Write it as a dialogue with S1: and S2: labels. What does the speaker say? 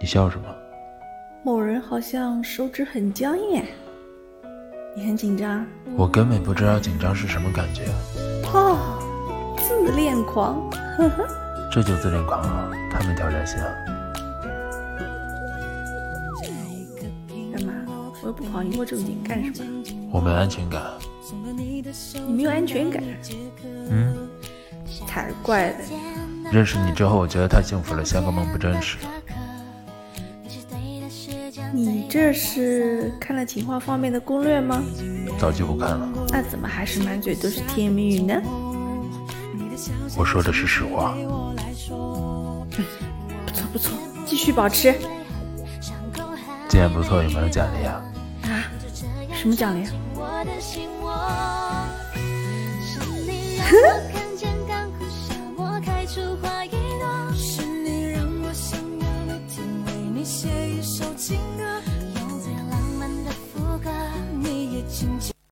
S1: 你笑什么？
S2: 某人好像手指很僵硬哎，你很紧张
S1: 我根本不知道紧张是什么感觉，
S2: 哦，自恋狂，呵呵。
S1: 这就自恋狂啊！他没挑战性啊！
S2: 干嘛？我又不跑，你给我正经干什么？
S1: 我没安全感，
S2: 你没有安全感，
S1: 嗯，
S2: 才怪嘞！
S1: 认识你之后，我觉得太幸福了，像个梦不真实。
S2: 你这是看了情况方面的攻略吗？
S1: 早就不看了。
S2: 那怎么还是满嘴都是甜言蜜语呢？
S1: 我说的是实话。
S2: 不错不错，继续保持。
S1: 既然不错，有没有奖励啊？
S2: 啊？什么奖励啊？
S3: 是你让我想要每天为你写一首